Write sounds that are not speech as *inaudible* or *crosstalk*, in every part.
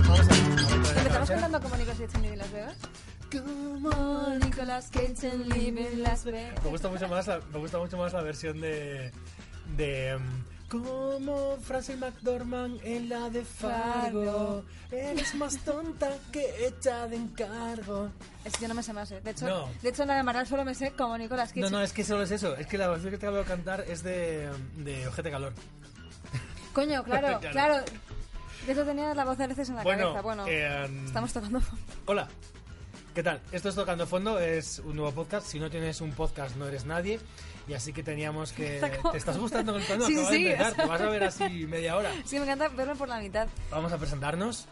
¿Empezamos cantando como Nicolas Cage en Living Las Vegas? Como Nicolas Cage en Living Las Vegas. Me gusta mucho más la, me gusta mucho más la versión de. de. em, como Francis McDormand en la de Fargo. Fargo. Eres más tonta que hecha de encargo. Es que yo no me sé más, ¿eh? De hecho, No. de hecho la de Amaral solo me sé como Nicolas Cage. No, no, es que solo es eso. Es que la versión que te acabo de cantar es de. em, de Ojete Calor. *laughs* Coño, claro, Claro. claro. De hecho tenía la voz de veces en la Bueno, cabeza. Bueno, em, estamos tocando *laughs* fondo. Hola. ¿Qué tal? Esto es Tocando Fondo, es un nuevo podcast. Si no tienes un podcast, no eres nadie. Y así que teníamos que. Está como- ¿Te estás gustando con el fondo? Sí, Acaba de sí, empezar, o sea- Te vas a *laughs* ver así media hora. Es que me encanta verlo por la mitad. Vamos a presentarnos.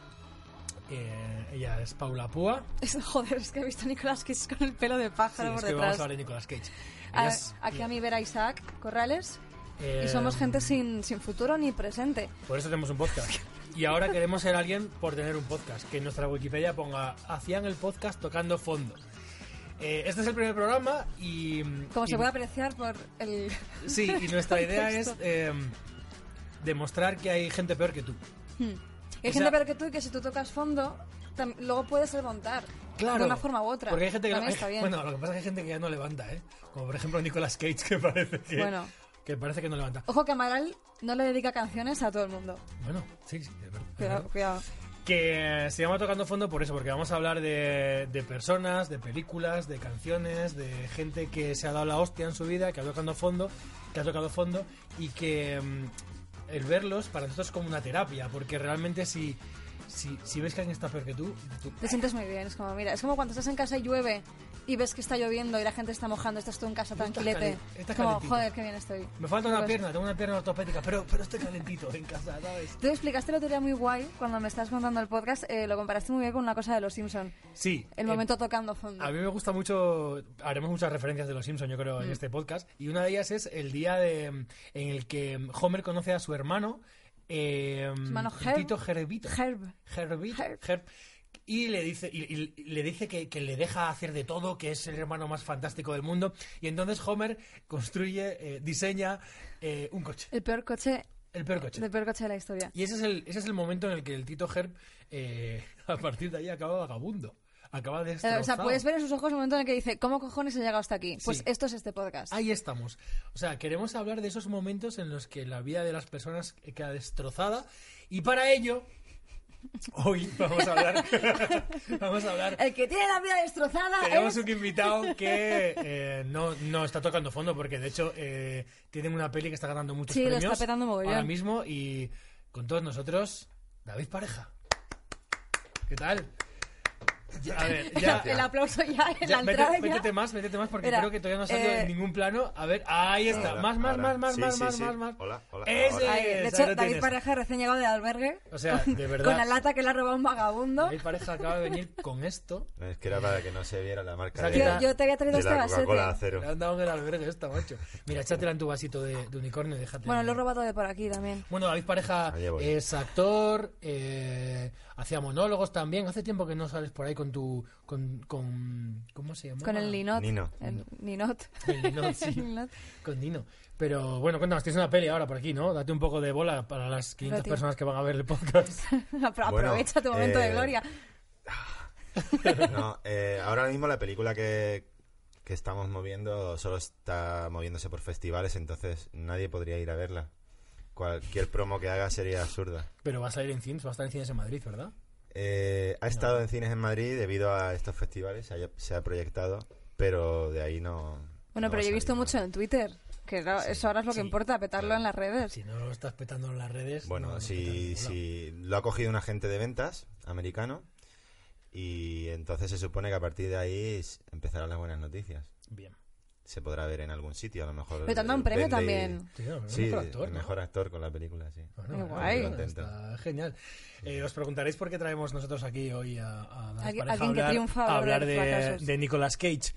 Eh, ella es Paula Púa. Es- joder, es que he visto a Nicolas Cage con el pelo de Sí, pájaro es por que vamos detrás. a hablar de Nicolas Cage. A- Ella es- aquí a mí ver a Isaac Corrales. eh, y somos gente sin, sin futuro ni presente. Por eso tenemos un podcast. Y ahora queremos ser alguien por tener un podcast. Que en nuestra Wikipedia ponga hacían el podcast tocando fondo. Eh, este es el primer programa y. Como y- se puede apreciar por el... *laughs* Sí, y nuestra idea es Contexto. eh, demostrar que hay gente peor que tú. Hay O gente sea- peor que tú que si tú tocas fondo, tam- luego puedes remontar. Claro. De una forma u otra. Porque hay gente que También *laughs* hay- está bien. Bueno, lo que pasa es que hay gente que ya no levanta, ¿eh? Como por ejemplo Nicolas Cage, *laughs* que parece que, Bueno. que parece que no levanta. Ojo que Amaral no le dedica canciones a todo el mundo. Bueno, sí, sí, es verdad, es Cuidado, verdad. cuidado. Que se llama Tocando Fondo por eso, porque vamos a hablar de, de personas, de películas, de canciones, de gente que se ha dado la hostia en su vida, que ha tocado fondo, que ha tocado fondo y que mm, el verlos para nosotros es como una terapia, porque realmente si, si, si ves que alguien está peor que tú, tú Te sientes muy bien, es como, mira, es como cuando estás en casa y llueve y ves que está lloviendo y la gente está mojando, estás tú en casa Estás tranquilete. cali- estás como, calentito. joder, qué bien estoy. me falta una Pues- pierna, tengo una pierna ortopédica, pero, pero estoy calentito en casa, ¿sabes? Tú explicaste la teoría muy guay cuando me estás contando el podcast, eh, lo comparaste muy bien con una cosa de los Simpson, Sí. el eh, momento tocando fondo. A mí me gusta mucho, haremos muchas referencias de los Simpsons, yo creo, Mm. en este podcast. Y una de ellas es el día de, en el que Homer conoce a su hermano, eh, hermano el Herb. Tito Herbito. Herb. Herbit- Herb. Herb. Y le dice, y, y- y le dice que, que le deja hacer de todo, que es el hermano más fantástico del mundo. Y entonces Homer construye, eh, diseña eh, un coche, El peor coche, el peor coche. el peor coche de la historia. Y ese es el, ese es el momento en el que el Tito Herb, eh, *laughs* a partir de ahí, acaba vagabundo. Acaba de Eh, o sea, puedes ver en sus ojos el momento en el que dice, ¿cómo cojones he llegado hasta aquí? Pues Sí. esto es este podcast. Ahí estamos. O sea, queremos hablar de esos momentos en los que la vida de las personas queda destrozada. Y para ello, hoy vamos a hablar. *laughs* vamos a hablar. El que tiene la vida destrozada Tenemos Ah, es... un *laughs* invitado que eh, no, no está tocando fondo, porque de hecho eh, tienen una peli que está ganando muchos Sí, lo premios está petando mogollón. ahora mismo. Y con todos nosotros, David Pareja. ¿Qué tal? Ya- A ver, ya, El aplauso ya en ya, la vete- entrada ya. Métete más, métete más, porque Era, creo que todavía no ha salido eh, en ningún plano. A ver, ahí está. Ahora, más, más, ahora. más, más, Sí, más, sí, más, sí. más, más. Hola, hola, Ese ahora. Ahí, es, de ahí hecho, lo David tienes. Pareja recién llegado de albergue. O *laughs* sea, de verdad. Con la lata que le ha robado un vagabundo. David Pareja acaba de venir con esto. No, es que era para que no se viera la marca Esa de, tira- Yo, yo te había traído de este la Coca-Cola vasete. Le cero. han dado en el albergue esta, macho. Mira, échatela en tu vasito de, de unicornio y déjate. Bueno, lo he robado de por aquí también. Bueno, David Pareja Allá voy. es actor, eh, hacía monólogos también. Hace tiempo que no sales por ahí con tu. con, con- ¿Cómo se llama? Con el Ninot. Nino. El Ninot. *laughs* El Ninot, Ah, sí. El *laughs* Ninot. Con Dino. Pero bueno, cuéntanos, tienes una peli ahora por aquí, ¿no? Date un poco de bola para las 500 Gratis. personas que van a ver el podcast. Apro- Bueno, Aprovecha tu momento de eh, gloria. No, eh, ahora mismo la película que, que estamos moviendo solo está moviéndose por festivales, entonces nadie podría ir a verla. Cualquier promo que haga sería absurda. Pero va a salir en cines, va a estar en cines en Madrid, ¿verdad? Eh, ha estado en cines en Madrid debido a estos festivales, se ha, se ha proyectado, pero de ahí no. Bueno, no pero va yo a he visto salir, mucho ¿no? en Twitter. Que claro, eso ahora es lo que sí, importa, petarlo claro. en las redes. Si no lo estás petando en las redes. Bueno, no lo petas en si, ningún lado. si lo ha cogido un agente de ventas americano y entonces se supone que a partir de ahí s- empezarán las buenas noticias. Bien. se podrá ver en algún sitio, a lo mejor. Pero te han eh, dado un premio vende y- también. Tío, el Sí, mejor actor, el ¿no? Ah, mejor actor con la película, sí. Bueno, Qué bueno, guay. bueno, Está genial. Eh, os preguntaréis por qué traemos nosotros aquí hoy a, a Dance Alguien- Pareja alguien que a hablar, triunfa a ahora hablar de de, fracasos. de Nicolas Cage.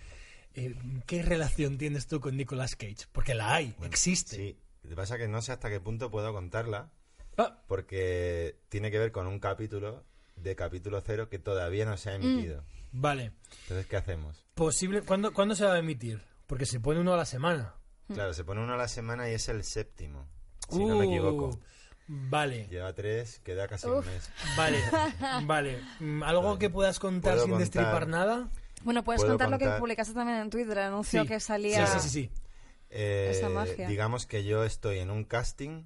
Eh, ¿Qué relación tienes tú con Nicolas Cage? Porque la hay, existe. Sí. Lo que pasa es que no sé hasta qué punto puedo contarla, Ah, porque tiene que ver con un capítulo de capítulo cero que todavía no Mm. se ha emitido. vale. Entonces, ¿qué hacemos? Posible, ¿cuándo, ¿Cuándo se va a emitir? Porque se pone uno a la semana. Mm. Claro, se pone uno a la semana y es el séptimo, si no me Uh, equivoco. Vale, Lleva tres, queda casi Uf. un mes. *laughs* vale, vale. Mm, ¿Algo que puedas contar Puedo sin contar. destripar nada? Bueno, puedes Puedo contar, lo que contar- publicaste también en Twitter, el anuncio que salía. sí, sí, sí, sí. Eh, Esa magia. Digamos que yo estoy en un casting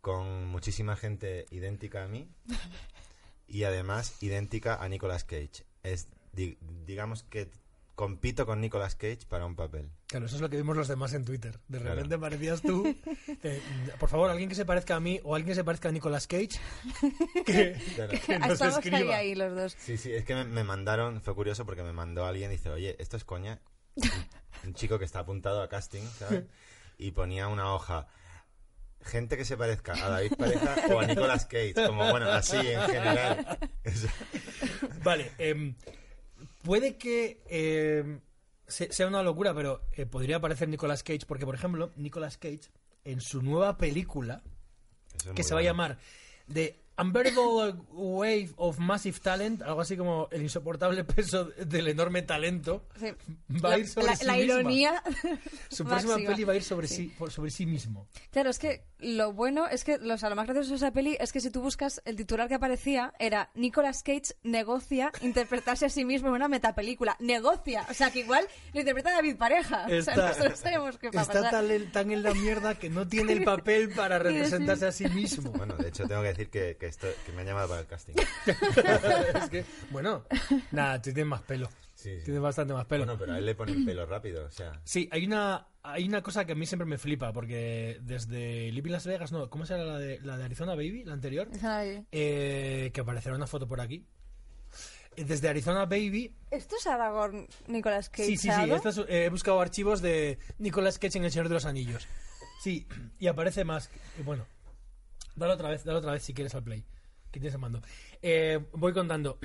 con muchísima gente idéntica a mí y además idéntica a Nicolas Cage. Es, di- digamos que compito con Nicolas Cage para un papel. Claro, eso es lo que vimos los demás en Twitter. De Claro. repente parecías *laughs* tú. eh, por favor, alguien que se parezca a mí o alguien que se parezca a Nicolas *laughs* Cage. Que, Claro. que *laughs* nos Estamos escriba. ahí, ahí los dos. *laughs* Sí, sí, es que me, me mandaron, fue curioso porque me mandó alguien y dice, oye, esto es coña. Un, un chico que está apuntado a casting, ¿sabes? Y ponía una hoja. Gente que se parezca a David Pareja o a Nicolas Cage, como bueno, así en *laughs* general. Vale, em, puede que em, se- sea una locura, pero eh, podría aparecer Nicolas Cage, porque por ejemplo, Nicolas Cage en su nueva película, Eso es que muy se va a bueno. llamar The Unbearable Wave of Massive Talent, algo así como el insoportable peso del enorme talento. Sí. Va La- a ir sobre la, sí la misma. ironía. *laughs* Su próxima máxima. peli va a ir sobre sí, por- sobre sí mismo. Claro, es que lo bueno es que lo, o sea, lo más gracioso de esa peli es que si tú buscas el titular que aparecía era Nicolas Cage negocia interpretarse a sí mismo en una metapelícula. Negocia. O sea, que igual lo interpreta David Pareja. o *laughs* sea, nosotros sabemos qué va a está pasar. tan, en- tan en la mierda que no tiene el papel para representarse a sí mismo. *laughs* Bueno, de hecho tengo que decir que, que esto, que me han llamado para el casting. es que, bueno, nada, tú tienes más pelo. Sí, sí. Tienes bastante más pelo. Bueno, pero a él le ponen pelo rápido, o sea. Sí, hay una, hay una cosa que a mí siempre me flipa, porque desde Living Las Vegas, no, ¿cómo será la de, la de Arizona Baby, la anterior? Ay. Eh, que aparecerá una foto por aquí. Eh, Desde Arizona Baby. ¿Esto es Aragorn Nicolas Cage? Sí, sí, sí. Shadow? esta es- eh, he buscado archivos de Nicolas Cage en El Señor de los Anillos. Sí, y aparece más. eh, Bueno, dale otra vez, dale otra vez si quieres al play. Que tienes el mando. Eh, voy contando.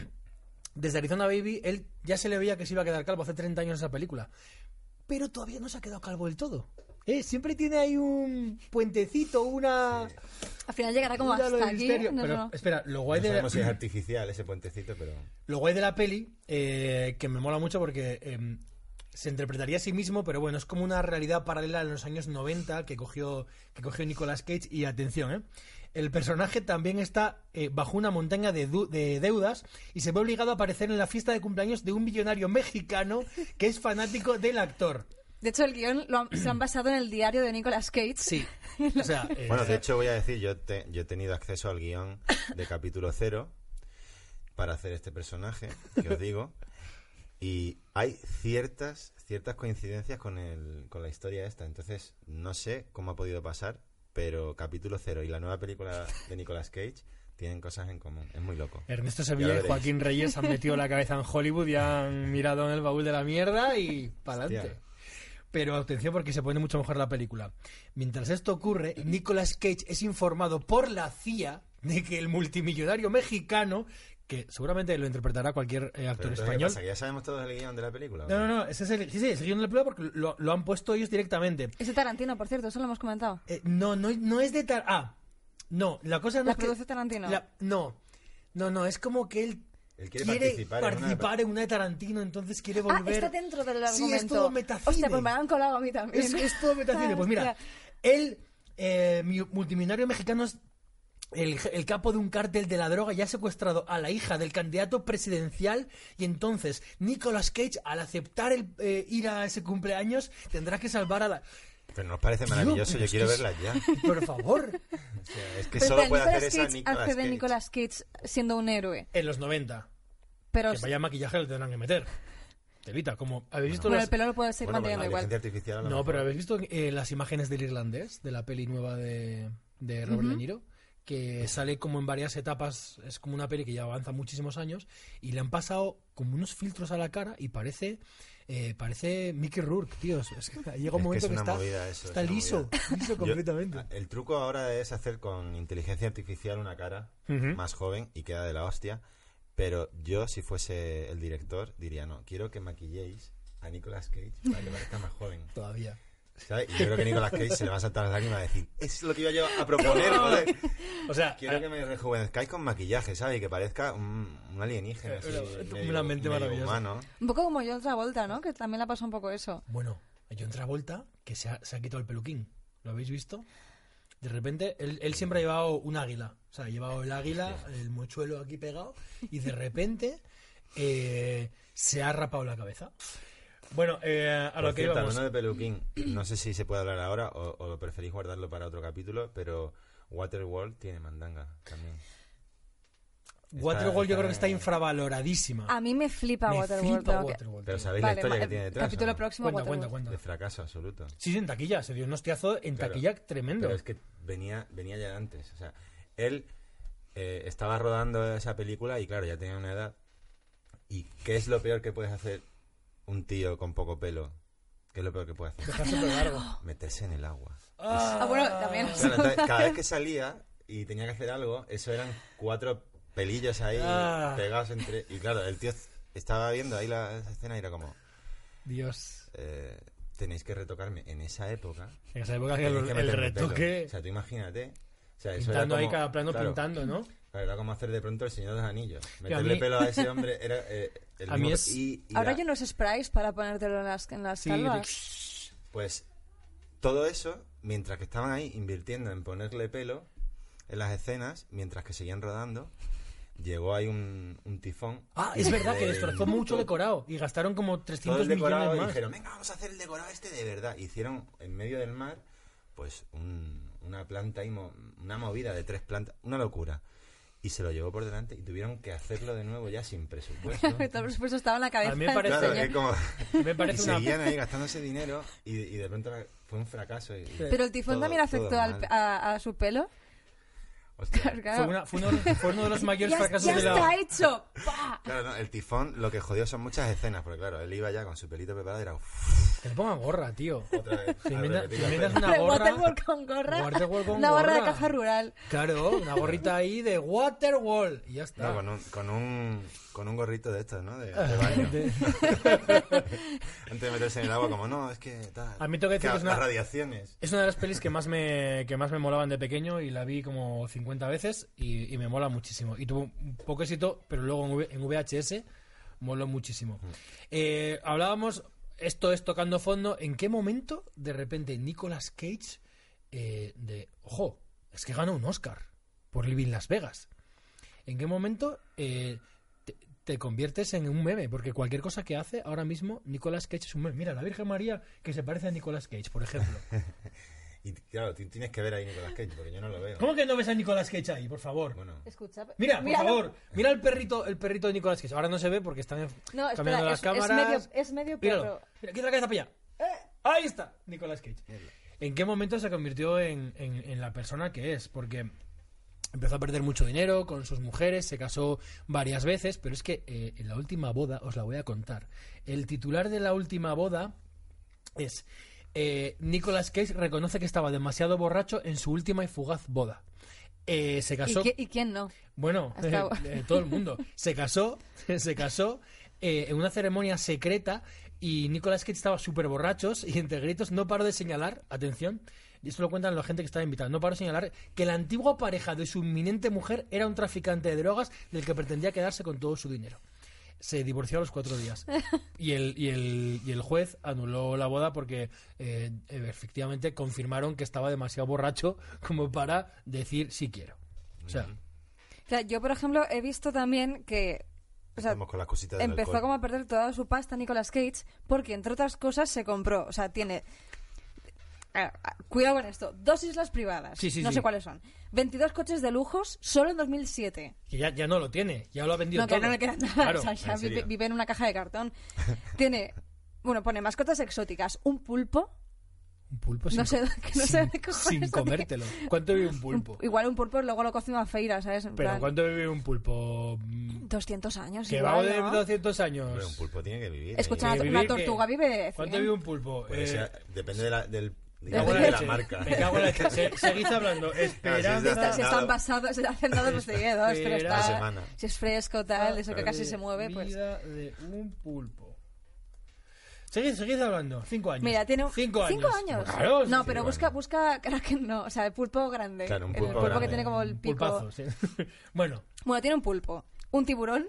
Desde Arizona Baby, él ya se le veía que se iba a quedar calvo hace 30 años en esa película. Pero todavía no se ha quedado calvo del todo. Eh, siempre tiene ahí un puentecito, una. Al final llegará como una- lo de hasta aquí. misterio. no, Pero no. espera, lo No guay de. la- sabemos si es artificial ese puentecito, pero... lo guay de la peli, eh, que me mola mucho porque eh, se interpretaría a sí mismo, pero bueno, es como una realidad paralela en los años 90 que cogió, que cogió Nicolas Cage. Y atención, ¿eh? el personaje también está eh, bajo una montaña de, du- de deudas y se ve obligado a aparecer en la fiesta de cumpleaños de un millonario mexicano que es fanático del actor. De hecho, el guión lo han- se han basado en el diario de Nicolas Cage. Sí. O sea, eh, Bueno, de hecho voy a decir, yo, te- yo he tenido acceso al guión de capítulo cero para hacer este personaje, que os digo, y hay ciertas, ciertas coincidencias con, el, con la historia esta, entonces no sé cómo ha podido pasar, pero capítulo cero y la nueva película de Nicolas Cage tienen cosas en común, es muy loco. Ernesto Ya lo Sevilla y veréis. Joaquín Reyes han metido la cabeza en Hollywood y han mirado en el baúl de la mierda y pa'lante. Hostia. Pero atención porque se pone mucho mejor la película. Mientras esto ocurre, Nicolas Cage es informado por la CIA de que el multimillonario mexicano, que seguramente lo interpretará cualquier eh, Pero actor entonces, ¿qué español. pasa? ¿Que ¿Ya sabemos todos el guión de la película? o No, no, no, ese es el, sí, sí, es el guion de la película porque lo, lo han puesto ellos directamente. Ese Tarantino, por cierto, eso lo hemos comentado. Eh, no, no, no es de Tar... Ah, no, la cosa no ¿La es que- produce Tarantino? la- no, no, no, es como que él, Él quiere participar en una- participar en una de Tarantino, entonces quiere Ah, volver... está dentro del argumento. Sí, es todo metacine. Hostia, pues me la han colado a mí también. Es, *laughs* es todo metacine. Pues mira, el eh, mi- multimillonario mexicano es el, je- el capo de un cártel de la droga y ha secuestrado a la hija del candidato presidencial y entonces Nicolas Cage al aceptar el, eh, ir a ese cumpleaños tendrá que salvar a la... Pero nos parece Tío, maravilloso, pero yo es quiero que es- verla *laughs* ya. Por favor. O sea, es que Pero solo espera, puede Nicolas hacer esa Cage Nicolas hace de Cage. Nicolas Cage siendo un héroe. En los 90. Pero Que vaya maquillaje le tendrán que meter. Telita, como... ¿Habéis visto bueno, las- el pelo lo puede seguir Bueno, con la manteniendo igual. inteligencia artificial a lo No, mejor. pero ¿habéis visto eh, las imágenes del irlandés, de la peli nueva de, de Robert De Niro? Que Pues sale como en varias etapas, es como una peli que ya avanza muchísimos años, y le han pasado como unos filtros a la cara y parece eh, eh, parece Mickey Rourke, tío. Es que llega un Es que momento es que, una está, movida eso, está es una liso, movida. liso Yo- *laughs* completamente. a- el truco ahora es hacer con inteligencia artificial una cara Ujú. más joven y queda de la hostia. Pero yo, si fuese el director, diría, no, quiero que maquilléis a Nicolas Cage para que parezca más joven. Todavía. ¿sabes? Y yo creo que Nicolas Cage se le va a saltar las lágrimas y va a decir, es lo que iba yo a proponer, joder. O sea, Quiero que me rejuvenezcáis con maquillaje, ¿sabes? Y que parezca un, un alienígena. Eh, así, una- medio- una mente medio maravillosa. humano. Un poco como John Travolta, ¿no? Que también la pasó un poco eso. Bueno, hay John Travolta que se ha, se ha quitado el peluquín. ¿Lo habéis visto? De repente, él, él siempre ha llevado un águila. O sea, ha llevado el águila, el mochuelo aquí pegado, y de repente eh, se ha rapado la cabeza. Bueno, eh, a Por lo que cierto, íbamos. hablando de peluquín, no sé si se puede hablar ahora o, o preferís guardarlo para otro capítulo, pero Waterworld tiene mandanga también. está- Waterworld yo está- creo que está infravaloradísima. A mí me flipa Me Waterworld. flipa tengo que- Waterworld, Pero tío. ¿sabéis la Vale, historia ma- que tiene detrás? capítulo o no? próximo Cuenta, cuenta, Waterworld. cuenta. De fracaso absoluto. Sí, sí, en taquilla, se dio un hostiazo en Claro. taquilla tremendo. Pero es que venía, venía ya de antes. O sea, él eh, estaba rodando esa película y claro, ya tenía una edad. ¿Y qué es lo peor que puedes hacer un tío con poco pelo? ¿Qué es lo peor que puede hacer? Está súper largo. Meterse en el agua. Ah, bueno, también. Claro, *laughs* entonces, cada vez que salía y tenía que hacer algo, eso eran cuatro pelillos ahí Ah. pegados entre... Y claro, el tío estaba viendo ahí la esa escena y era como... Dios. eh, tenéis que retocarme en esa época. En esa época que tenéis el, que el meterme pelo. retoque. O sea, tú imagínate. O sea, eso era Pintando ahí como- cada plano, claro, pintando, ¿no? Claro, era como hacer de pronto el Señor de los Anillos. a Meterle mí- pelo a *laughs* ese hombre era eh, el A mí mismo- es- y- y Ahora la- hay unos sprays para ponértelo en las, en las *laughs* Sí, calvas. Pues todo eso, mientras que estaban ahí invirtiendo en ponerle pelo en las escenas, mientras que seguían rodando, llegó ahí un, un tifón. Ah, y es verdad que le destrozó inundó mucho decorado y gastaron como Eh, Todo 300 el decorado millones y más. dijeron, venga, vamos a hacer el decorado este de verdad. Hicieron en medio del mar, pues un- una planta, y mo- una movida de tres plantas, una locura. Y se lo llevó por delante y tuvieron que hacerlo de nuevo ya sin presupuesto. Todo el presupuesto estaba en la cabeza. A mí me del parece- claro, señor. es como... Me *laughs* Y parece una. seguían ahí gastando ese dinero y, y de pronto era- fue un fracaso. y- y Pero el tifón todo- también todo afectó al- mal. a, a su pelo. *laughs* Hostia. Claro. *laughs* Fue, una- fue uno, fue uno de los mayores ya fracasos ya de la. está *laughs* hecho. ¡Pah! Claro, no, el tifón lo que jodió son muchas escenas, porque claro, él iba ya con su pelito preparado y era uff, Que le pongan gorra, tío. otra *laughs* vez. Te a inventas- repetir te la inventas escena. una gorra. Waterworld con gorra. Waterworld con una gorra de gorra. caja rural. Claro, una gorrita ahí de Waterwall. Y ya está. No, con, un, con, un, con un gorrito de estos, ¿no? *laughs* De, de baño. De- Antes de meterse en el agua, como no, es que tal. A mí tengo que decir que es las una- radiaciones. Es una de las pelis que más me, que más me molaban de pequeño y la vi como 50 veces y, y me mola muchísimo. Y tuvo un poco éxito, pero luego en, V- en VHS moló muchísimo. Eh, hablábamos, esto es tocando fondo, ¿en qué momento de repente Nicolas Cage eh, de, ojo, es que ganó un Oscar por Living Las Vegas? ¿En qué momento eh, te, te conviertes en un meme? Porque cualquier cosa que hace ahora mismo, Nicolas Cage es un meme. Mira, la Virgen María que se parece a Nicolas Cage, por ejemplo. Y claro, tú tienes que ver ahí Nicolas Cage, porque yo no lo veo. ¿Cómo que no ves a Nicolas Cage ahí, por favor? Bueno, Escucha. Mira, por míralo. favor, mira el perrito, el perrito de Nicolas Cage. Ahora no se ve porque están No, espera, cambiando las es- es cámaras. medio- es medio Míralo. perro. Mira, quita la cabeza para allá. Eh. Ahí está, Nicolas Cage. ¿En qué momento se convirtió en, en- en la persona que es? Porque empezó a perder mucho dinero con sus mujeres, se casó varias veces, pero es que eh, en la última boda, os la voy a contar, el titular de la última boda es eh, Nicolas Cage reconoce que estaba demasiado borracho en su última y fugaz boda. Eh, se ¿Y, casó qué- y quién no? bueno, Hasta ahora. *laughs* eh, todo el mundo. Se casó, *laughs* se casó eh, en una ceremonia secreta y Nicolas Cage estaba súper borrachos y entre gritos no paró de señalar, atención, y esto lo cuentan la gente que estaba invitada, no paró de señalar que la antigua pareja de su inminente mujer era un traficante de drogas del que pretendía quedarse con todo su dinero. Se divorció a los *laughs* cuatro días. Y el, y el, y el juez anuló la boda porque eh, efectivamente confirmaron que estaba demasiado borracho como para decir sí quiero. O sea, O sea, yo, por ejemplo, he visto también que. O sea, estamos con las cositas del empezó alcohol. como a perder toda su pasta Nicolas Cage porque, entre otras cosas, se compró. O sea, tiene. Ah, ah, Cuidado con esto. Dos islas privadas. Sí, sí, no sí. sé cuáles son. 22 coches de lujos solo en 2007. Que ya, ya no lo tiene, ya lo ha vendido No, que todo. no le queda nada. *laughs* Claro. O sea, ya ¿en vive, serio? vive *laughs* en una caja de cartón. Tiene, bueno, pone mascotas exóticas, un pulpo, Un pulpo Pues sin, No sé, co- que no sé sin- qué cojones sin tiene. comértelo. ¿Cuánto vive un pulpo? Igual un pulpo luego lo cocino a feira, ¿sabes? En Pero plan, ¿cuánto vive un pulpo? Mm, 200 años. Que va igual, de ¿no? 200 Hombre, un años. pulpo tiene que vivir. ¿eh? Escucha, tiene una, Eh, que vivir una que- tortuga vive. ¿Cuánto 100. vive un pulpo? Puede Eh, ser- depende de la, del, me cago en digamos, Pues de la leche, marca. Me cago en la leche. Se- Seguís *laughs* hablando. está- Estas Esperanza. sí, se están basadas, se hacen dados los *laughs* seguidos, pero Espera. La está. semana. Si es fresco, tal, eso que casi de se mueve, pues. Eh, Vida de un pulpo. Seguid, seguid hablando. Cinco años. Mira, tiene un... Cinco años. años. Claro, no, sí, pero sí, busca, bueno. busca, *laughs* que no, o sea, el pulpo grande. Claro, un El pulpo que grande. tiene como el pico. Pulpazo, sí. *laughs* Bueno, Bueno, tiene un pulpo, un tiburón,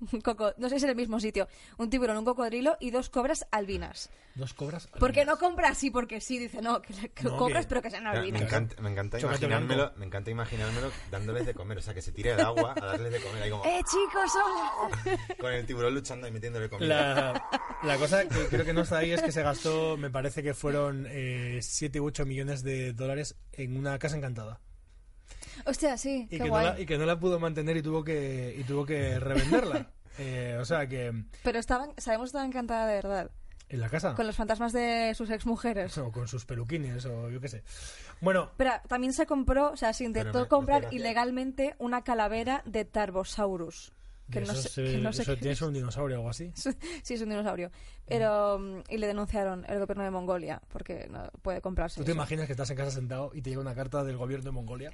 *laughs* un coco, no sé si es el mismo sitio, un tiburón, un cocodrilo y dos cobras albinas. dos cobras. Porque no compra así porque sí, dice, no, que, que No, cobras que- pero que sean Claro, me albinas. encanta, me encanta Chocolate imaginármelo, blanco. me encanta imaginármelo dándoles de comer, o sea que se tire al agua a darles de comer ahí como ¡Eh, chicos! hola! con el tiburón luchando y metiéndole comida. La, la cosa que creo que no está ahí es que se gastó, me parece que fueron 7 u 8 millones de dólares en una casa encantada. Hostia, sí, Y qué que, no guay. la, y que no la pudo mantener y tuvo que, y tuvo que *laughs* revenderla. Eh, o sea que. ¿En Pero estaban, sabemos que estaba encantada de verdad. la casa? Con los fantasmas de sus exmujeres. O con sus peluquines o yo qué sé. Bueno, Pero también se compró, o sea, se intentó me- me hace comprar gracia. ilegalmente una calavera de Tarbosaurus. Que de no eso sé, se- que no sé eso qué tiene es. ser un dinosaurio o algo así. *laughs* Sí, es un dinosaurio. Pero, mm, y le denunciaron el gobierno de Mongolia porque no puede comprarse. ¿Tú te eso. imaginas que estás en casa sentado y te llega una carta del gobierno de Mongolia?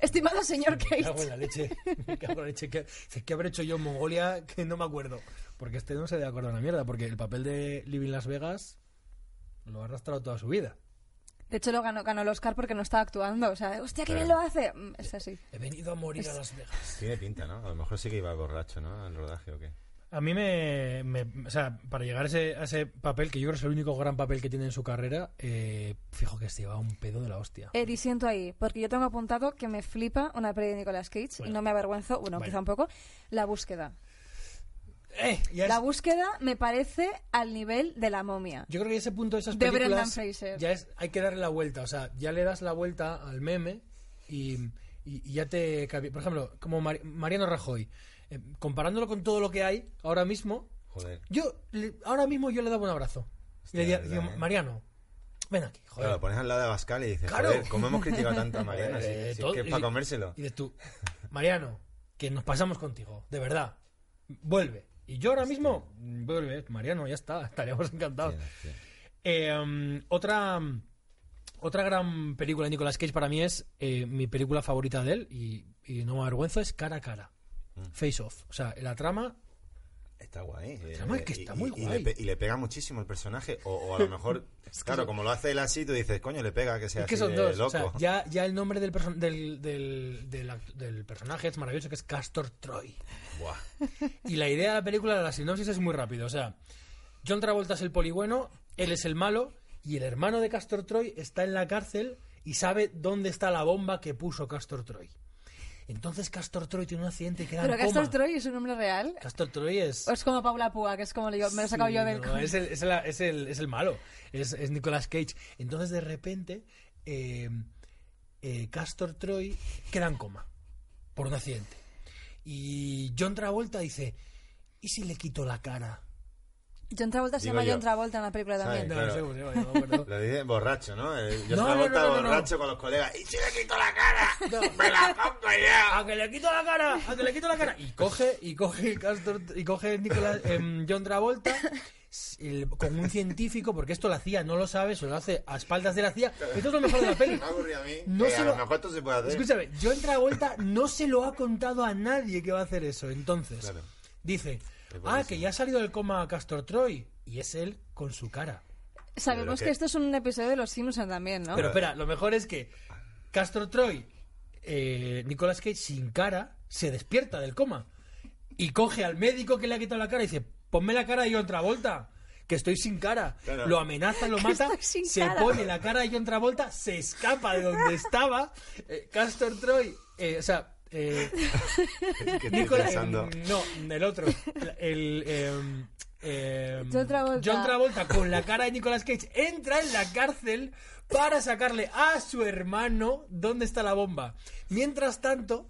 Estimado señor *laughs* Me cago en Kate. la leche. Me cago en la leche. ¿Qué, dice, ¿qué habré hecho yo en Mongolia? *laughs* Que no me acuerdo. Porque este no se le acuerda una mierda. Porque el papel de Living Las Vegas lo ha arrastrado toda su vida. De hecho, lo ganó, ganó el Oscar porque no estaba actuando. O sea, hostia, qué bien lo Claro. hace. Mm, Es así. He venido a morir a Las Vegas. Tiene pinta, ¿no? A lo mejor sí que iba borracho, ¿no? Al rodaje o qué. A mí me, me- O sea, para llegar a ese, a ese papel, que yo creo que es el único gran papel que tiene en su carrera, eh, fijo que se lleva un pedo de la hostia. Eh, disiento ahí, porque yo tengo apuntado que me flipa una peli de Nicolas Cage y Bueno. no me avergüenzo, bueno, Vale. quizá un poco, La Búsqueda. Eh, ya es- La Búsqueda me parece al nivel de La Momia. Yo creo que ese punto de esas De Brendan películas Fraser. ya es hay que darle la vuelta, o sea, ya le das la vuelta al meme y, y- y ya te cabe- por ejemplo, como Mar- Mariano Rajoy, eh, comparándolo con todo lo que hay ahora mismo, Joder. yo le- ahora mismo yo le daba un abrazo. Y Hostia, le diría, verdad, digo, ¿eh? Mariano, ven aquí, joder. Claro, lo pones al lado de Abascal y dices, Claro. joder, ¿cómo hemos criticado tanto a Mariano? Eh, Si- si todo- es que es y- para comérselo. Y dices tú, Mariano, que nos pasamos contigo, de verdad. Vuelve. Y yo ahora mismo, mm, vuelve, Mariano, ya está, *laughs* estaríamos encantados. Hostia, hostia. Eh, um, otra, otra gran película de Nicolas Cage para mí es eh, mi película favorita de él y, y no me avergüenzo, es Cara a Cara. Mm. Face Off. O sea, la trama. Está guay. eh, trama es que y- está y- muy y le guay. pe- Y, le pega muchísimo el personaje. O, o *laughs* a lo mejor, claro, como lo hace él así, tú dices, coño, le pega que sea Es que así son de dos. loco. O sea, ya, ya el nombre del, person- del, del, del act- del personaje es maravilloso, que es Castor Troy. Buah. Y la idea de la película, la sinopsis es muy rápido. O sea, John Travolta es el polibueno, él es el malo, y el hermano de Castor Troy está en la cárcel y sabe dónde está la bomba que puso Castor Troy. Entonces Castor Troy tiene un accidente y queda Pero en coma. Castor Troy es un nombre real. Castor Troy es... O es como Paula Púa, que es como le digo, me lo he sacado Sí, yo del no, cu- es, el, es, la- es el, es el malo, es, es Nicolas Cage. Entonces, de repente, eh, eh, Castor Troy queda en coma por un accidente. Y John Travolta dice, ¿y si le quito la cara? John Travolta se Digo llama yo. John Travolta en la película ¿Sabes? también. No, Claro. no sé cómo se llama, no me *laughs* acuerdo. Lo dice borracho, ¿no? Eh, Yo No, estaba no, no, no, no. borracho con los colegas. ¡Y si le quito la cara! ¡Me la pongo *laughs* ya! ¡A que le quito la cara! ¡A que le quito la cara! Y coge, y coge Castor, y coge Nicolás, em, John Travolta s- el- con un científico, porque esto la CIA no lo sabe, se lo hace a espaldas de la CIA. Esto es lo mejor de la peli. *laughs* Me aburre a mí. No Eh, se a lo- lo mejor esto se puede hacer. Escúchame, John Travolta no se lo ha contado a nadie que va a hacer eso. Entonces, *laughs* Claro. dice, ah, buenísimo. que ya ha salido del coma Castor Troy. Y es él con su cara. Sabemos Pero que... que- esto es un episodio de Los Simpsons también, ¿no? Pero espera, lo mejor es que Castro Troy, eh, Nicolas Cage sin cara, se despierta del coma y coge al médico que le ha quitado la cara y dice, ponme la cara de John Travolta, que estoy sin cara. Claro. Lo *laughs* amenaza, lo mata, estoy sin se cara. pone la cara de John Travolta, se escapa *laughs* de donde estaba. eh, Castor Troy, eh, o sea... eh, Que *laughs* estoy Nicolas, pensando. eh, no, el otro. El, eh, eh, John Travolta. John Travolta con la cara de Nicolas Cage entra en la cárcel para sacarle a su hermano dónde está la bomba. Mientras tanto,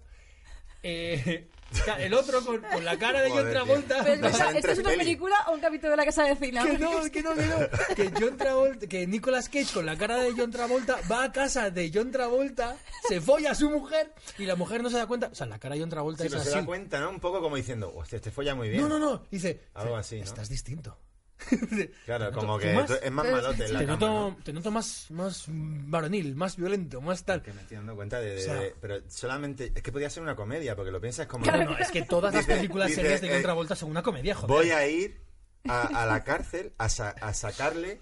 eh, O sea, el otro con, con la cara de John Joder, tío. Travolta. Pero es *laughs* No verdad, salen ¿esto es tres una pelis. película o un capítulo de la casa vecina? Que no, que no, que no. Que John Travolta, que Nicolas Cage con la cara de John Travolta va a casa de John Travolta, se folla a su mujer y la mujer no se da cuenta. O sea, la cara de John Travolta Sí, es pero así. se da cuenta, ¿no? Un poco como diciendo, hostia, este folla muy bien. No, no, no. Dice, Algo así, ¿no? estás distinto. *laughs* Claro, Te noto- como que fumas, tú- es más Pero- malote en la Eh, te, cama, noto, ¿no? te noto más, más varonil, más violento, más tal. Que me estoy dando cuenta de... de- O sea- de- pero solamente... Es que podía ser una comedia, porque lo piensas como... No, no, es que todas las Dice- películas dice, serias de John eh, Travolta son una comedia, joder. Voy a ir a, a la cárcel a, sa- a sacarle...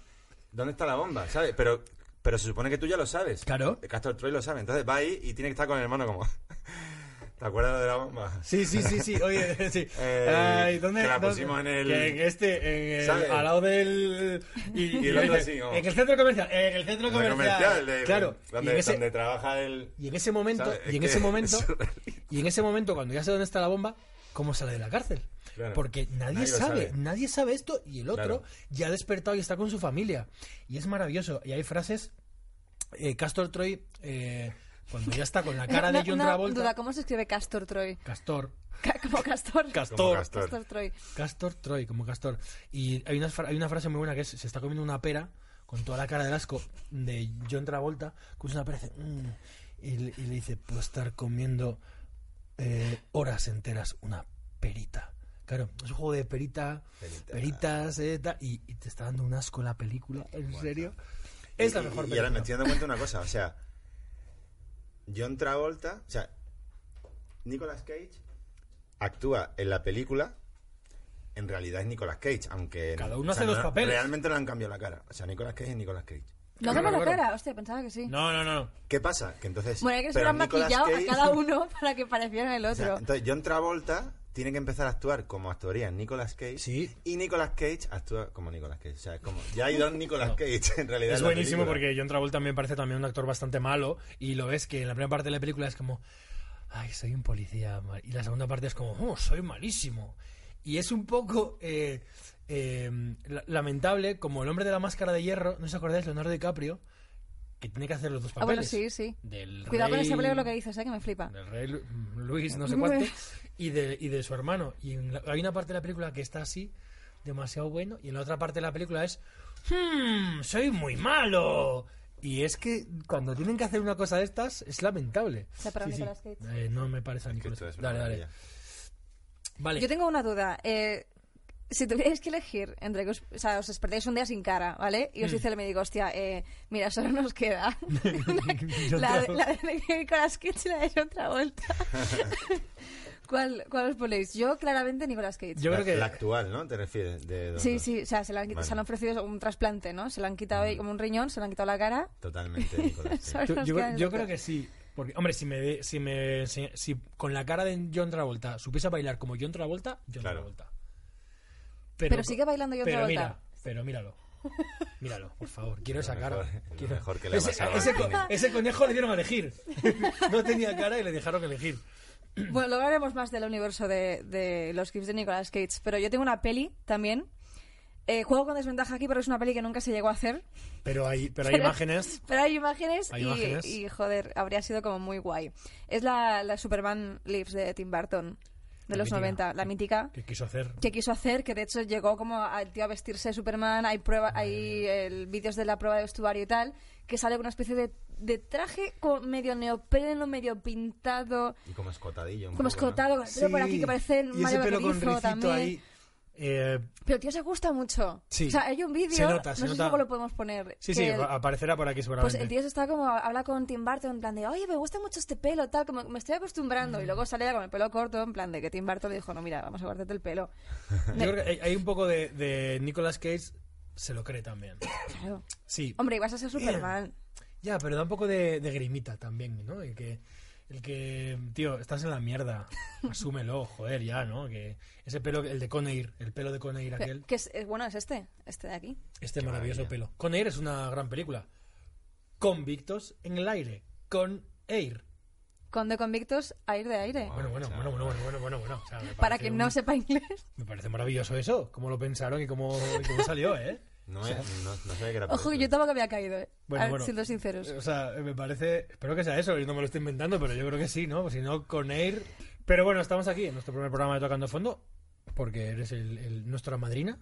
¿Dónde está la bomba? ¿Sabes? Pero... Pero se supone que tú ya lo sabes. Claro. Castor Troy lo sabe. Entonces va ahí y tiene que estar con el hermano como... *laughs* ¿Te acuerdas de la bomba? Sí, sí, sí, sí, oye, *laughs* sí. Eh, Ay, ¿dónde? que la dónde? pusimos en el- Que en este, en el- ¿Sabes? al lado del... Y, Y el otro así, como- En el centro comercial, en el centro El comercial. comercial de- claro. Donde, y en ese, donde trabaja el... y en ese momento, ¿Sabes? Es y en que ese momento, es y en ese momento, cuando ya sé dónde está la bomba, ¿cómo sale de la cárcel? Claro. Porque nadie, Nadie lo sabe, sabe. nadie sabe esto y el otro Claro. ya ha despertado y está con su familia. Y es maravilloso. Y hay frases, eh, Castor Troy, eh, cuando ya está *laughs* con la cara de Una- John una Travolta, duda, ¿cómo se escribe Castor Troy? Castor, Ca- Como Castor. Como Castor, Castor. Castor Troy. Castor Troy, como Castor. Y hay una, fra- hay una frase muy buena que es, se está comiendo una pera con toda la cara de asco de John Travolta, que es una pera y dice, "Mm", y, le- y le dice, puedo estar comiendo eh, horas enteras una perita. Claro, es un juego de perita, Perita. peritas, eh, tal, y, y te está dando un asco la película, ¿en serio? Es la Y- mejor Y, ahora película. me estoy dando cuenta de una cosa, o sea, John Travolta, o sea, Nicolas Cage actúa en la película, en realidad es Nicolas Cage, aunque... Cada uno o sea, hace los no- papeles. Realmente no le han cambiado la cara, o sea, Nicolas Cage es Nicolas Cage. No Claro, cambia la claro. cara, hostia, pensaba que sí. No, no, no. no. ¿Qué pasa? Que entonces... Bueno, hay que se pero lo han Nicolas maquillado Cage- a cada uno *laughs* para que parecieran el o sea, otro. Ah, entonces John Travolta tiene que empezar a actuar como actuaría Nicolas Cage Sí. y Nicolas Cage actúa como Nicolas Cage, o sea, es como ya hay dos Nicolas Cage en realidad. Es en la buenísimo película. porque John Travolta me parece también un actor bastante malo y lo ves que en la primera parte de la película es como, ay, soy un policía mal", y la segunda parte es como, oh, soy malísimo. Y es un poco eh, eh, la- lamentable como el hombre de la máscara de hierro, no os acordáis, Leonardo DiCaprio, que tiene que hacer los dos Ah, bueno, papeles. sí, sí. Del Cuidado con rey- ese bleo lo que dices, ¿eh? que me flipa. del rey Lu- mm, Luis, no sé *laughs* cuánto, y de, y de su hermano. Y en la- hay una parte de la película que está así, demasiado bueno, y en la otra parte de la película es, "Hmm, soy muy malo. Y es que cuando tienen que hacer una cosa de estas, es lamentable. O sea, para Nicolas Cage. Eh, no me parece a Que Nicolas esto es Cage. una Dale, dale. maravilla. Vale. Yo tengo una duda. Eh, si tuvierais que elegir entre que os, o sea, os despertáis un día sin cara, ¿vale? Hmm. Y os dice el médico, hostia, eh, mira, solo nos queda *laughs* *laughs* la, John la, Travolta. la de Nicolas Cage y la de otra *laughs* vuelta. ¿Cuál, ¿Cuál os ponéis? Yo, claramente, Nicolas Cage. Yo la, creo que... la actual, ¿no? ¿Te refieres? De Sí, sí, o sea, se le han, quit- Vale. se le han ofrecido un trasplante, ¿no? Se le han quitado ahí como un riñón, se le han quitado la cara. *laughs* Totalmente, Nicolas Solo Cage. Yo, nos yo- queda el yo otro. creo que sí. Porque, hombre, si me, de- si me si, si con la cara de John Travolta supiese bailar como John Travolta, John Claro. Travolta. Pero sigue bailando John pero Travolta. Mira, pero míralo. Míralo, por favor. Quiero esa cara. mejor- *laughs* lo Quiero- mejor que le ha ese, pasado al ese co- cine. ese conejo le dieron a elegir. No tenía cara y le dejaron elegir. Bueno, luego hablaremos más del universo de, de los clips de Nicolas Cage, pero yo tengo una peli también. Eh, juego con desventaja aquí porque es una peli que nunca se llegó a hacer. Pero hay, pero hay imágenes. Pero hay imágenes, Hay y, imágenes. y, joder, habría sido como muy guay. Es la, la Superman Lives de Tim Burton, de La los mítica. 90, la mítica. que quiso hacer? que quiso hacer, que de hecho llegó como al tío a vestirse de Superman, hay prueba, hay el, vídeos de la prueba de vestuario y tal, que sale con una especie de, de traje con medio neopreno, medio pintado, Y como escotadillo. un como poco, ¿no? escotado, con el pelo por aquí que parece Y ese Mario pelo con Vaquerizo ricito también. ahí. Eh, Pero el tío se gusta mucho. Sí. O sea, hay un vídeo, Se no nota, sé se si nota. luego lo podemos poner. sí, que sí, el- aparecerá por aquí pues seguramente. el tío se está como, habla con Tim Burton en plan de, oye, me gusta mucho este pelo, tal, como me estoy acostumbrando. Y luego sale ya con el pelo corto, en plan de que Tim Burton le dijo, no, mira, vamos a guardarte el pelo. Yo creo que hay, hay un poco de, de Nicolas Cage, se lo cree también. Claro. Sí, Hombre, ibas a ser *clears throat* Superman. Ya, pero da un poco de, de grimita también, ¿no? El que, el que, tío, estás en *laughs* la mierda. Asúmelo, joder, ya, ¿no? Que ese pelo, el de Conair, el pelo de Conair Pe- aquel, Que es, es- bueno, es este, este de aquí. este Qué maravilloso maravilla. pelo. Conair es una gran película. Convictos en el aire, con Air. Con de convictos a ir de aire. Wow. Bueno, bueno, Chao. bueno, bueno, bueno, bueno, bueno, bueno. O sea, me Para Ah, parece quien un- no sepa *laughs* inglés. Me parece maravilloso eso, cómo lo pensaron y cómo, y cómo salió, ¿eh? No, es, no, no sabía que era Ojo, que yo tampoco había caído, eh. Bueno, A- bueno. Siendo sinceros. O sea, me parece. Espero que sea eso, yo no me lo estoy inventando, pero yo creo que sí, ¿no? Si no, Pues con Air. Pero bueno, estamos aquí en nuestro primer programa de Tocando Fondo, porque eres el, el- nuestra madrina,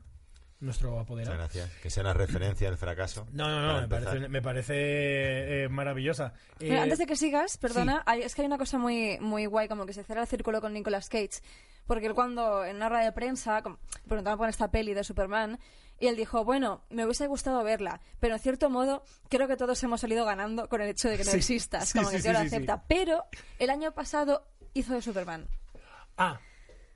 nuestro Muchas apoderado. gracias. Que sea la referencia del fracaso. No, no, para no, me empezar. parece, me parece, eh, maravillosa. Eh, Mira, antes de que sigas, perdona, hay- es que hay una cosa muy, muy guay, como que se cierra el círculo con Nicolas Cage. Porque él cuando, en una rueda de prensa, como- preguntaban por esta peli de Superman, y él dijo, bueno, me hubiese gustado verla, pero en cierto modo creo que todos hemos salido ganando con el hecho de que no Sí, existas, sí, como sí, que sí, yo lo sí, sí. acepta. Pero el año pasado hizo de Superman. Ah,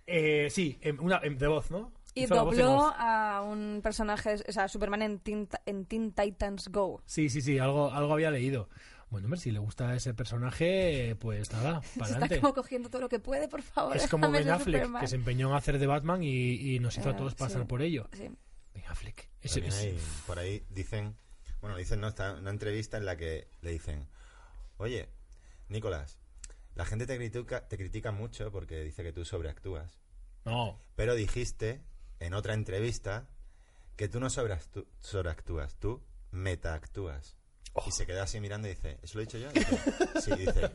eh, sí, em, una, em, de voz, ¿no? Y Hizo la voz en dobló off. a un personaje, o sea, Superman en Teen, en Teen Titans Go. Sí, sí, sí, algo, algo había leído. Bueno, hombre, si le gusta ese personaje, eh, pues nada, para *laughs* Se está adelante. como cogiendo todo lo que puede, por favor. *laughs* Es como déjame Ben ser Affleck, Superman. que se empeñó en hacer de Batman y, y nos hizo a Eh, todos sí. pasar por ello. Sí. Ben Affleck. Ese- También ese- hay- por ahí dicen, bueno, dicen, no, está una entrevista en la que le dicen, oye, Nicolás, la gente te critica, te critica mucho porque dice que tú sobreactúas, No, pero dijiste en otra entrevista que tú no sobreactu- sobreactúas, tú metaactúas. Y se queda así mirando y dice, ¿eso lo he dicho yo? Dice, sí, dice,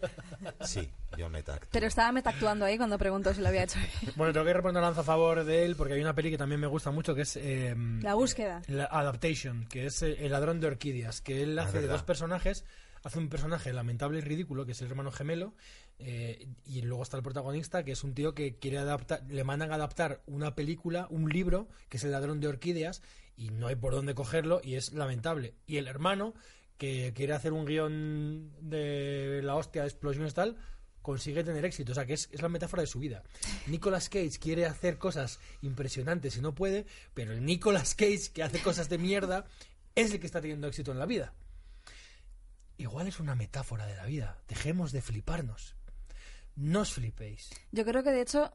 sí, yo metaactúo. Pero estaba metactuando ahí cuando preguntó si lo había hecho. Bueno, tengo que reponer lanza a favor de él porque hay una peli que también me gusta mucho que es eh, La búsqueda. la Adaptation, que es eh, El ladrón de orquídeas, que él Ah, hace de verdad. dos personajes, hace un personaje lamentable y ridículo que es el hermano gemelo eh, y luego está el protagonista que es un tío que quiere adaptar, le mandan a adaptar una película, un libro que es El ladrón de orquídeas y no hay por dónde cogerlo y es lamentable. Y el hermano que quiere hacer un guión de la hostia, de explosiones tal, consigue tener éxito. O sea, que es, es la metáfora de su vida. Nicolas Cage quiere hacer cosas impresionantes y no puede, pero el Nicolas Cage que hace cosas de mierda es el que está teniendo éxito en la vida. Igual es una metáfora de la vida. Dejemos de fliparnos. No os flipéis. Yo creo que de hecho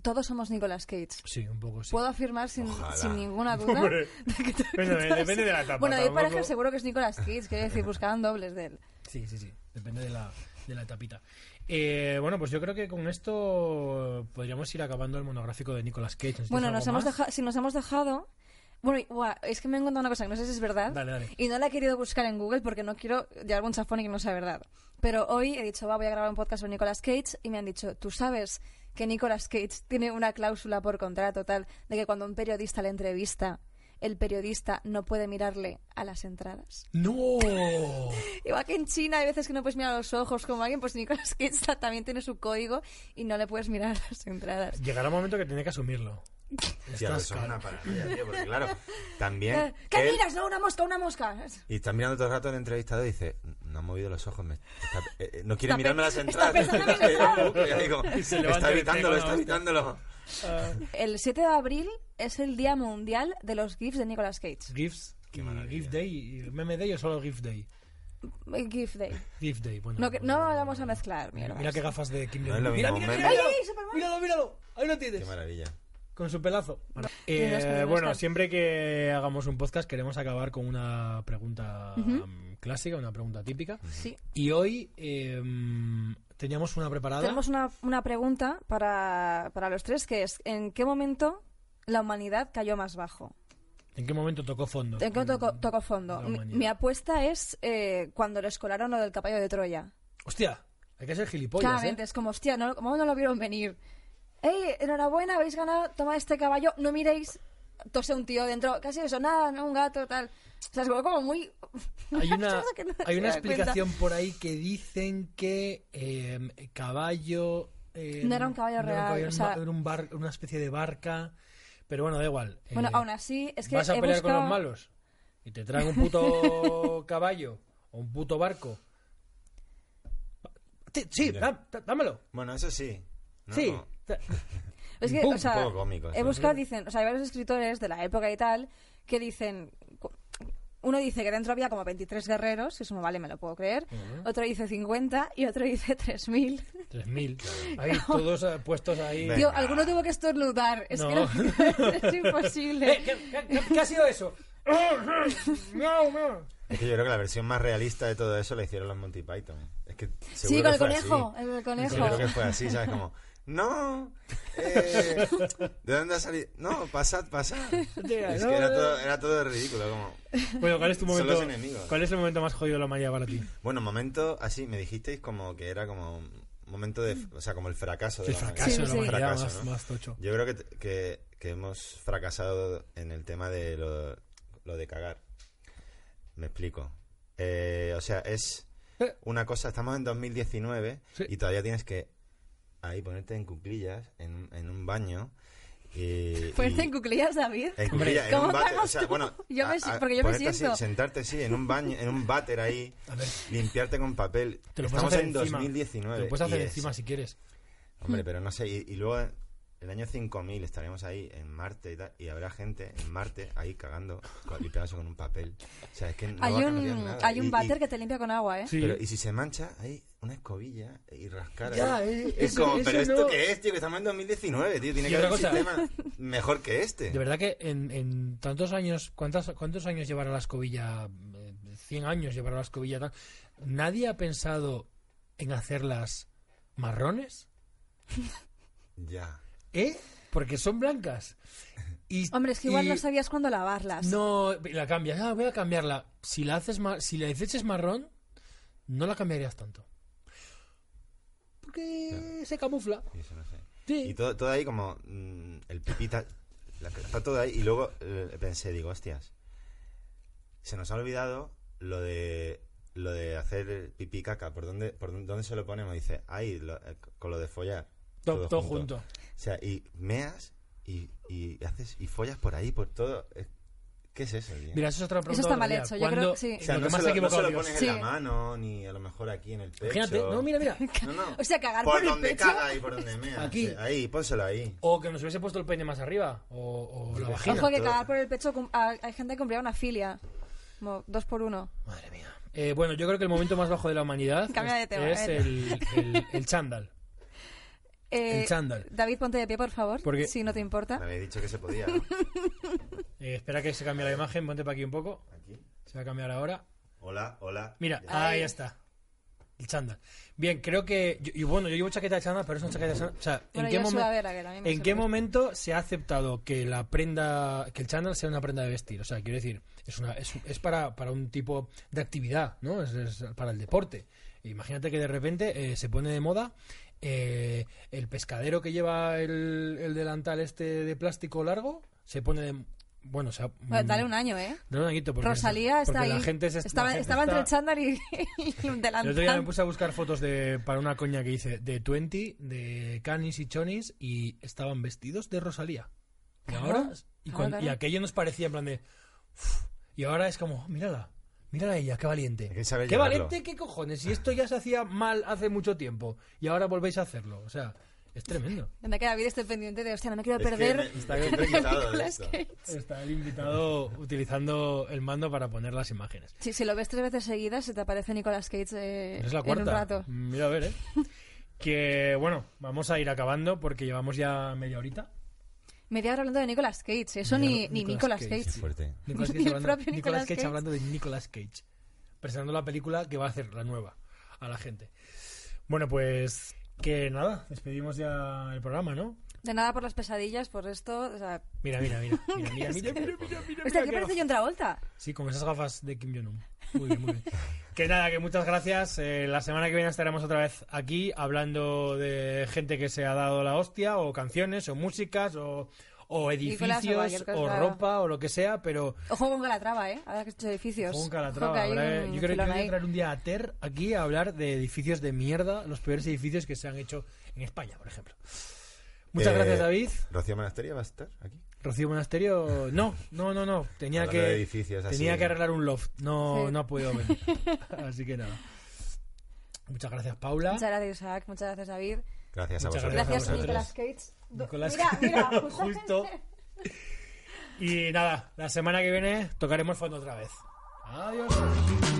todos somos Nicolas Cage. Sí, un poco sí. *laughs* Puedo afirmar sin, Ojalá. sin ninguna duda. Hombre. de que to- Bueno, que todos- depende de la etapa, Bueno, hay tampoco- pareja seguro que es Nicolas Cage, quiero decir, buscaban dobles de él. Sí, sí, sí. Depende de la, de la tapita. bueno, pues yo creo que con esto podríamos ir acabando el monográfico de Nicolas Cage. ¿Necesitas Bueno, algo nos hemos más? dejado, si nos hemos dejado. Bueno, y- guau, es que me he encontrado una cosa que no sé si es verdad. Dale, dale. Y no la he querido buscar en Google porque no quiero llevar un chafón y que no sea verdad. Pero hoy he dicho, va, voy a grabar un podcast sobre Nicolas Cage y me han dicho, ¿tú sabes que Nicolas Cage tiene una cláusula por contrato tal de que cuando un periodista le entrevista, el periodista no puede mirarle a las entradas? ¡No! Igual que en China hay veces que no puedes mirar a los ojos como alguien, pues Nicolas Cage *laughs* ta- también tiene su código y no le puedes mirar a las entradas. Llegará un momento que tiene que asumirlo. Tía, Estás eso es una caro. paranoia, tío, porque claro, también... *laughs* Eh, ¿Qué él- miras? No, una mosca, una mosca. Y está mirando todo el rato al entrevistador y dice, no ha movido los ojos, me- está- eh, eh, no quiere Está mirarme pe- las está entradas. pensando *laughs* en Está el en bucle, digo, Y se levanta está y le pega evitándolo, una está hostia. evitándolo. El 7 de abril es el Día Mundial de los GIFs de Nicolas Cage. GIFs. Qué y maravilla. GIF Day. y ¿Meme Day o solo GIF Day? Eh, GIF Day. GIF Day, bueno. No, que- no vamos a mezclar, Mira, mierda. mira qué gafas de Kim No Jong-un. es lo mira, mismo, mira, meme. mira, míralo, ¡Ay, ay, Superman! míralo, míralo. Ahí lo tienes. Qué maravilla. Con su pelazo. Dios, Eh, que me gusta. bueno, siempre que hagamos un podcast queremos acabar con una pregunta Ujú. mm, clásica, una pregunta típica. Sí. Y hoy eh, mm, teníamos una preparada. Tenemos una, una pregunta para, para los tres que es, ¿en qué momento la humanidad cayó más bajo? ¿En qué momento tocó fondo? ¿En qué toco, toco fondo? La Mi, humanidad. mi apuesta es eh, cuando les colaron lo del caballo de Troya. Hostia, hay que ser gilipollas. Claramente, *laughs* ¿eh? es como, hostia, no, ¿cómo no lo vieron venir? ¡Ey, enhorabuena, habéis ganado! Toma este caballo, no miréis. Tose un tío dentro, casi eso, nada, no, un gato, tal. O sea, es como- como muy. *laughs* Hay una, absurdo que no hay se una da cuenta. explicación por ahí que dicen que eh, caballo. eh, No era un caballo real, o un sea- ba- era un bar- una especie de barca. Pero bueno, da igual. Bueno, eh, aún así, es que. vas a he pelear con los buscado- malos y te traen un *laughs* puto caballo o un puto barco. Sí, sí, Ya. dá- dá- dámelo. Bueno, eso sí. ¿no? Sí. *laughs* Da- Es que, Pum, o sea, un poco cómico, ¿eh? he sí. buscado, dicen, o sea, hay varios escritores de la época y tal que dicen. cu- Uno dice que dentro había como 23 guerreros, y eso no vale, me lo puedo creer. Otro dice 50 y otro dice 3000. *laughs* 3000. Ahí todos eh, puestos ahí. Venga. Tío, alguno tuvo que estornudar. Es que No. no- *laughs* es imposible. Eh, ¿qué- qué, qué- qué ha sido eso? *laughs* no, no. Es que yo creo que la versión más realista de todo eso la hicieron los Monty Python. Es que Sí, seguro con que el fue conejo, así. el, del Yo creo conejo. que fue así, ¿sabes? Como, no, eh, ¿de dónde ha salido? No, pasad, *laughs* pasad. Tía, Es no, que era no. todo, era todo ridículo, como... Bueno, ¿cuál es tu Son momento? los enemigos. ¿Cuál es el momento más jodido de la Maya para ti? Bueno, momento así, me dijisteis como que era como momento de. O sea, como el fracaso de El la humanidad. fracaso Sí, de la sí. humanidad Fracaso, más, ¿no? más tocho. Yo creo que, t- que, que hemos fracasado en el tema de lo, lo de cagar. Me explico. Eh, o sea, es Eh. una cosa, estamos en 2019 Sí. y todavía tienes que ahí ponerte en cuclillas en, un- en un baño. *laughs* Y, Ponerte y- en cuclillas, David. en Hombre. cuclillas, en ¿Cómo un váter, cagas o sea, tú? bueno, *laughs* Yo me si- porque yo me ponerte así, siento. sentarte así en un baño, en un váter ahí, A ver, limpiarte con papel. te lo puedes Estamos hacer en encima. 2019. Te lo puedes hacer y es- encima si quieres. Hombre, pero no sé, y, y luego el año 5000 estaremos ahí en Marte y, tal, y habrá gente en Marte ahí cagando, con- limpiándose con un papel. O sea, es que no hay va a un, cambiar nada. hay un Y- váter y- que te limpia con agua, ¿eh? Sí. pero, y si se mancha, hay una escobilla y rascar. Ya, ahí. eh, es eso- como, eso pero ¿esto no. qué es, tío? Que estamos en 2019, tío. Tiene Y que haber otra un cosa. ¿eh? sistema mejor que este. De verdad que en, en tantos años, ¿cuántas, ¿cuántos años llevará la escobilla? Eh, 100 años llevará la escobilla tal. ¿Nadie ha pensado en hacerlas marrones? Ya. ¿Eh? Porque son blancas. Y, Hombre, es que igual y- no sabías cuándo lavarlas. No, la cambias. Ah, voy a cambiarla. Si la haces ma- si la hicieses marrón, no la cambiarías tanto. Porque se camufla. Y eso no sé. Sí. Y todo, todo ahí como mm, el pipita, la- está todo ahí. Y luego eh, pensé, digo, hostias, se nos ha olvidado lo de lo de hacer pipí caca. ¿Por dónde, por dónde, dónde se lo ponemos? Dice, ahí, lo- eh, con lo de follar. todo, todo junto. O sea, y meas y, y haces y follas por ahí, por todo. Eh, ¿Qué es eso, tío? Mira, eso es otra pregunta. está mal otro día. hecho, yo creo ¿Cuándo- que sí. o sea, lo no, que más se he lo, no se lo equivocado, pones Dios. en la Sí. mano, ni a lo mejor aquí en el pecho. Imagínate, no, *laughs* mira, mira. No, no. O sea, cagar por, por el donde pecho. caga y por donde mea. Aquí. Sí, ahí, pónselo ahí. O que nos hubiese puesto el peine más arriba. O, o la Yo vagina. Ojo que todo. cagar por el pecho, cum- a- hay gente que cumplía una filia. Como dos por uno. Madre mía. Eh, bueno, yo creo que el momento más bajo de la humanidad *laughs* Cambia de es, tema, eh. es a ver. el, el, el chándal. Eh, El chándal. David, ponte de pie, por favor, Porque- si no te Me importa. habéis dicho que se podía. ¿no? Eh, espera que se cambie la imagen, ponte para aquí un poco. Aquí. Se va a cambiar ahora. Hola, hola. Mira, ahí está. El chándal. Bien, creo que... yo- y bueno, yo llevo chaqueta de chándal, pero es una chaqueta de chándal. O sea, Bueno, ¿en, qué, yo momen- sudadera, que también me ¿en qué sirve. momento se ha aceptado que la prenda... Que el chándal sea una prenda de vestir? O sea, quiero decir, es, una, es, es para, para un tipo de actividad, ¿no? Es, es para el deporte. Imagínate que de repente eh, se pone de moda... eh, el pescadero que lleva el, el delantal este de plástico largo se pone de... Bueno, o sea... Bueno, dale mm, un año, ¿eh? Dale un añito, porque- Rosalía está porque ahí. La gente se, la estaba, gente estaba entre el está- chándal y, *laughs* y un el otro día me delantal. puse a buscar fotos de para una coña que hice de Twenty, de Canis y Chonis y estaban vestidos de Rosalía. Y Claro, ahora y, claro, cuan- claro. y aquello nos parecía en plan de "Uf", y ahora es como, "Oh, mírala, mírala ella, qué valiente. Hay que saber qué llevarlo. valiente, qué cojones, y esto ya se hacía mal hace mucho tiempo y ahora volvéis a hacerlo, o sea, es tremendo. Me queda David, estoy pendiente de, hostia, no me quiero Es que perder. *laughs* me- está quitado de Nicolas esto. Cage. Está el invitado utilizando el mando para poner las imágenes. Sí, si lo ves tres veces seguidas, se te aparece Nicolas Cage eh, Es la en cuarta. un rato. Mira, a ver, *laughs* ¿eh? que bueno, vamos a ir acabando porque llevamos ya media horita. Media hora hablando de Nicolas Cage, eso Media ni, hora- ni Nicolas Nicolas Cage. Qué fuerte. *laughs* Nicolas Ni el Cage, hablando, propio Nicolas Nicolas Cage Cage. hablando de Nicolas Cage. Presentando la película que va a hacer, la nueva, a la gente. Bueno, pues que nada, despedimos ya el programa, ¿no? De nada por las pesadillas, por esto. O sea, Mira, mira, mira. Mira, *laughs* mira, mira, mira, mira, Eh, mira, hostia, mira, ¿qué qué parece gafa. John Travolta? Sí, como esas gafas de Kim Jong-un. Muy bien, *laughs* muy bien. Que nada, que muchas gracias. Eh, la semana que viene estaremos otra vez aquí hablando de gente que se ha dado la hostia, o canciones, o músicas, o, Nicolás, o o cualquier edificios, o cosa. ropa, o lo que sea, pero Ojo con Calatrava, ¿eh? Ahora que has hecho edificios. Con Ojo que Calatrava, hay habrá- un Yo creo que filón voy a ahí. entrar un día a TER aquí a hablar de edificios de mierda, los peores edificios que se han hecho en España, por ejemplo. Muchas Eh, gracias, David. ¿Rocío Monasterio va a estar aquí? Rocío Monasterio. No, no, no, no. Tenía Hablando de que, edificios así. tenía que arreglar un loft. No, Sí. no ha podido *laughs* venir. Así que nada. Muchas gracias, Paula. Muchas gracias, Isaac. Muchas gracias, David. Gracias a Muchas vosotros. gracias a Gracias, Nicolas Cage. vosotras. Do- Nicolas mira, mira, justo. justo. Y nada, la semana que viene tocaremos fondo otra vez. Adiós.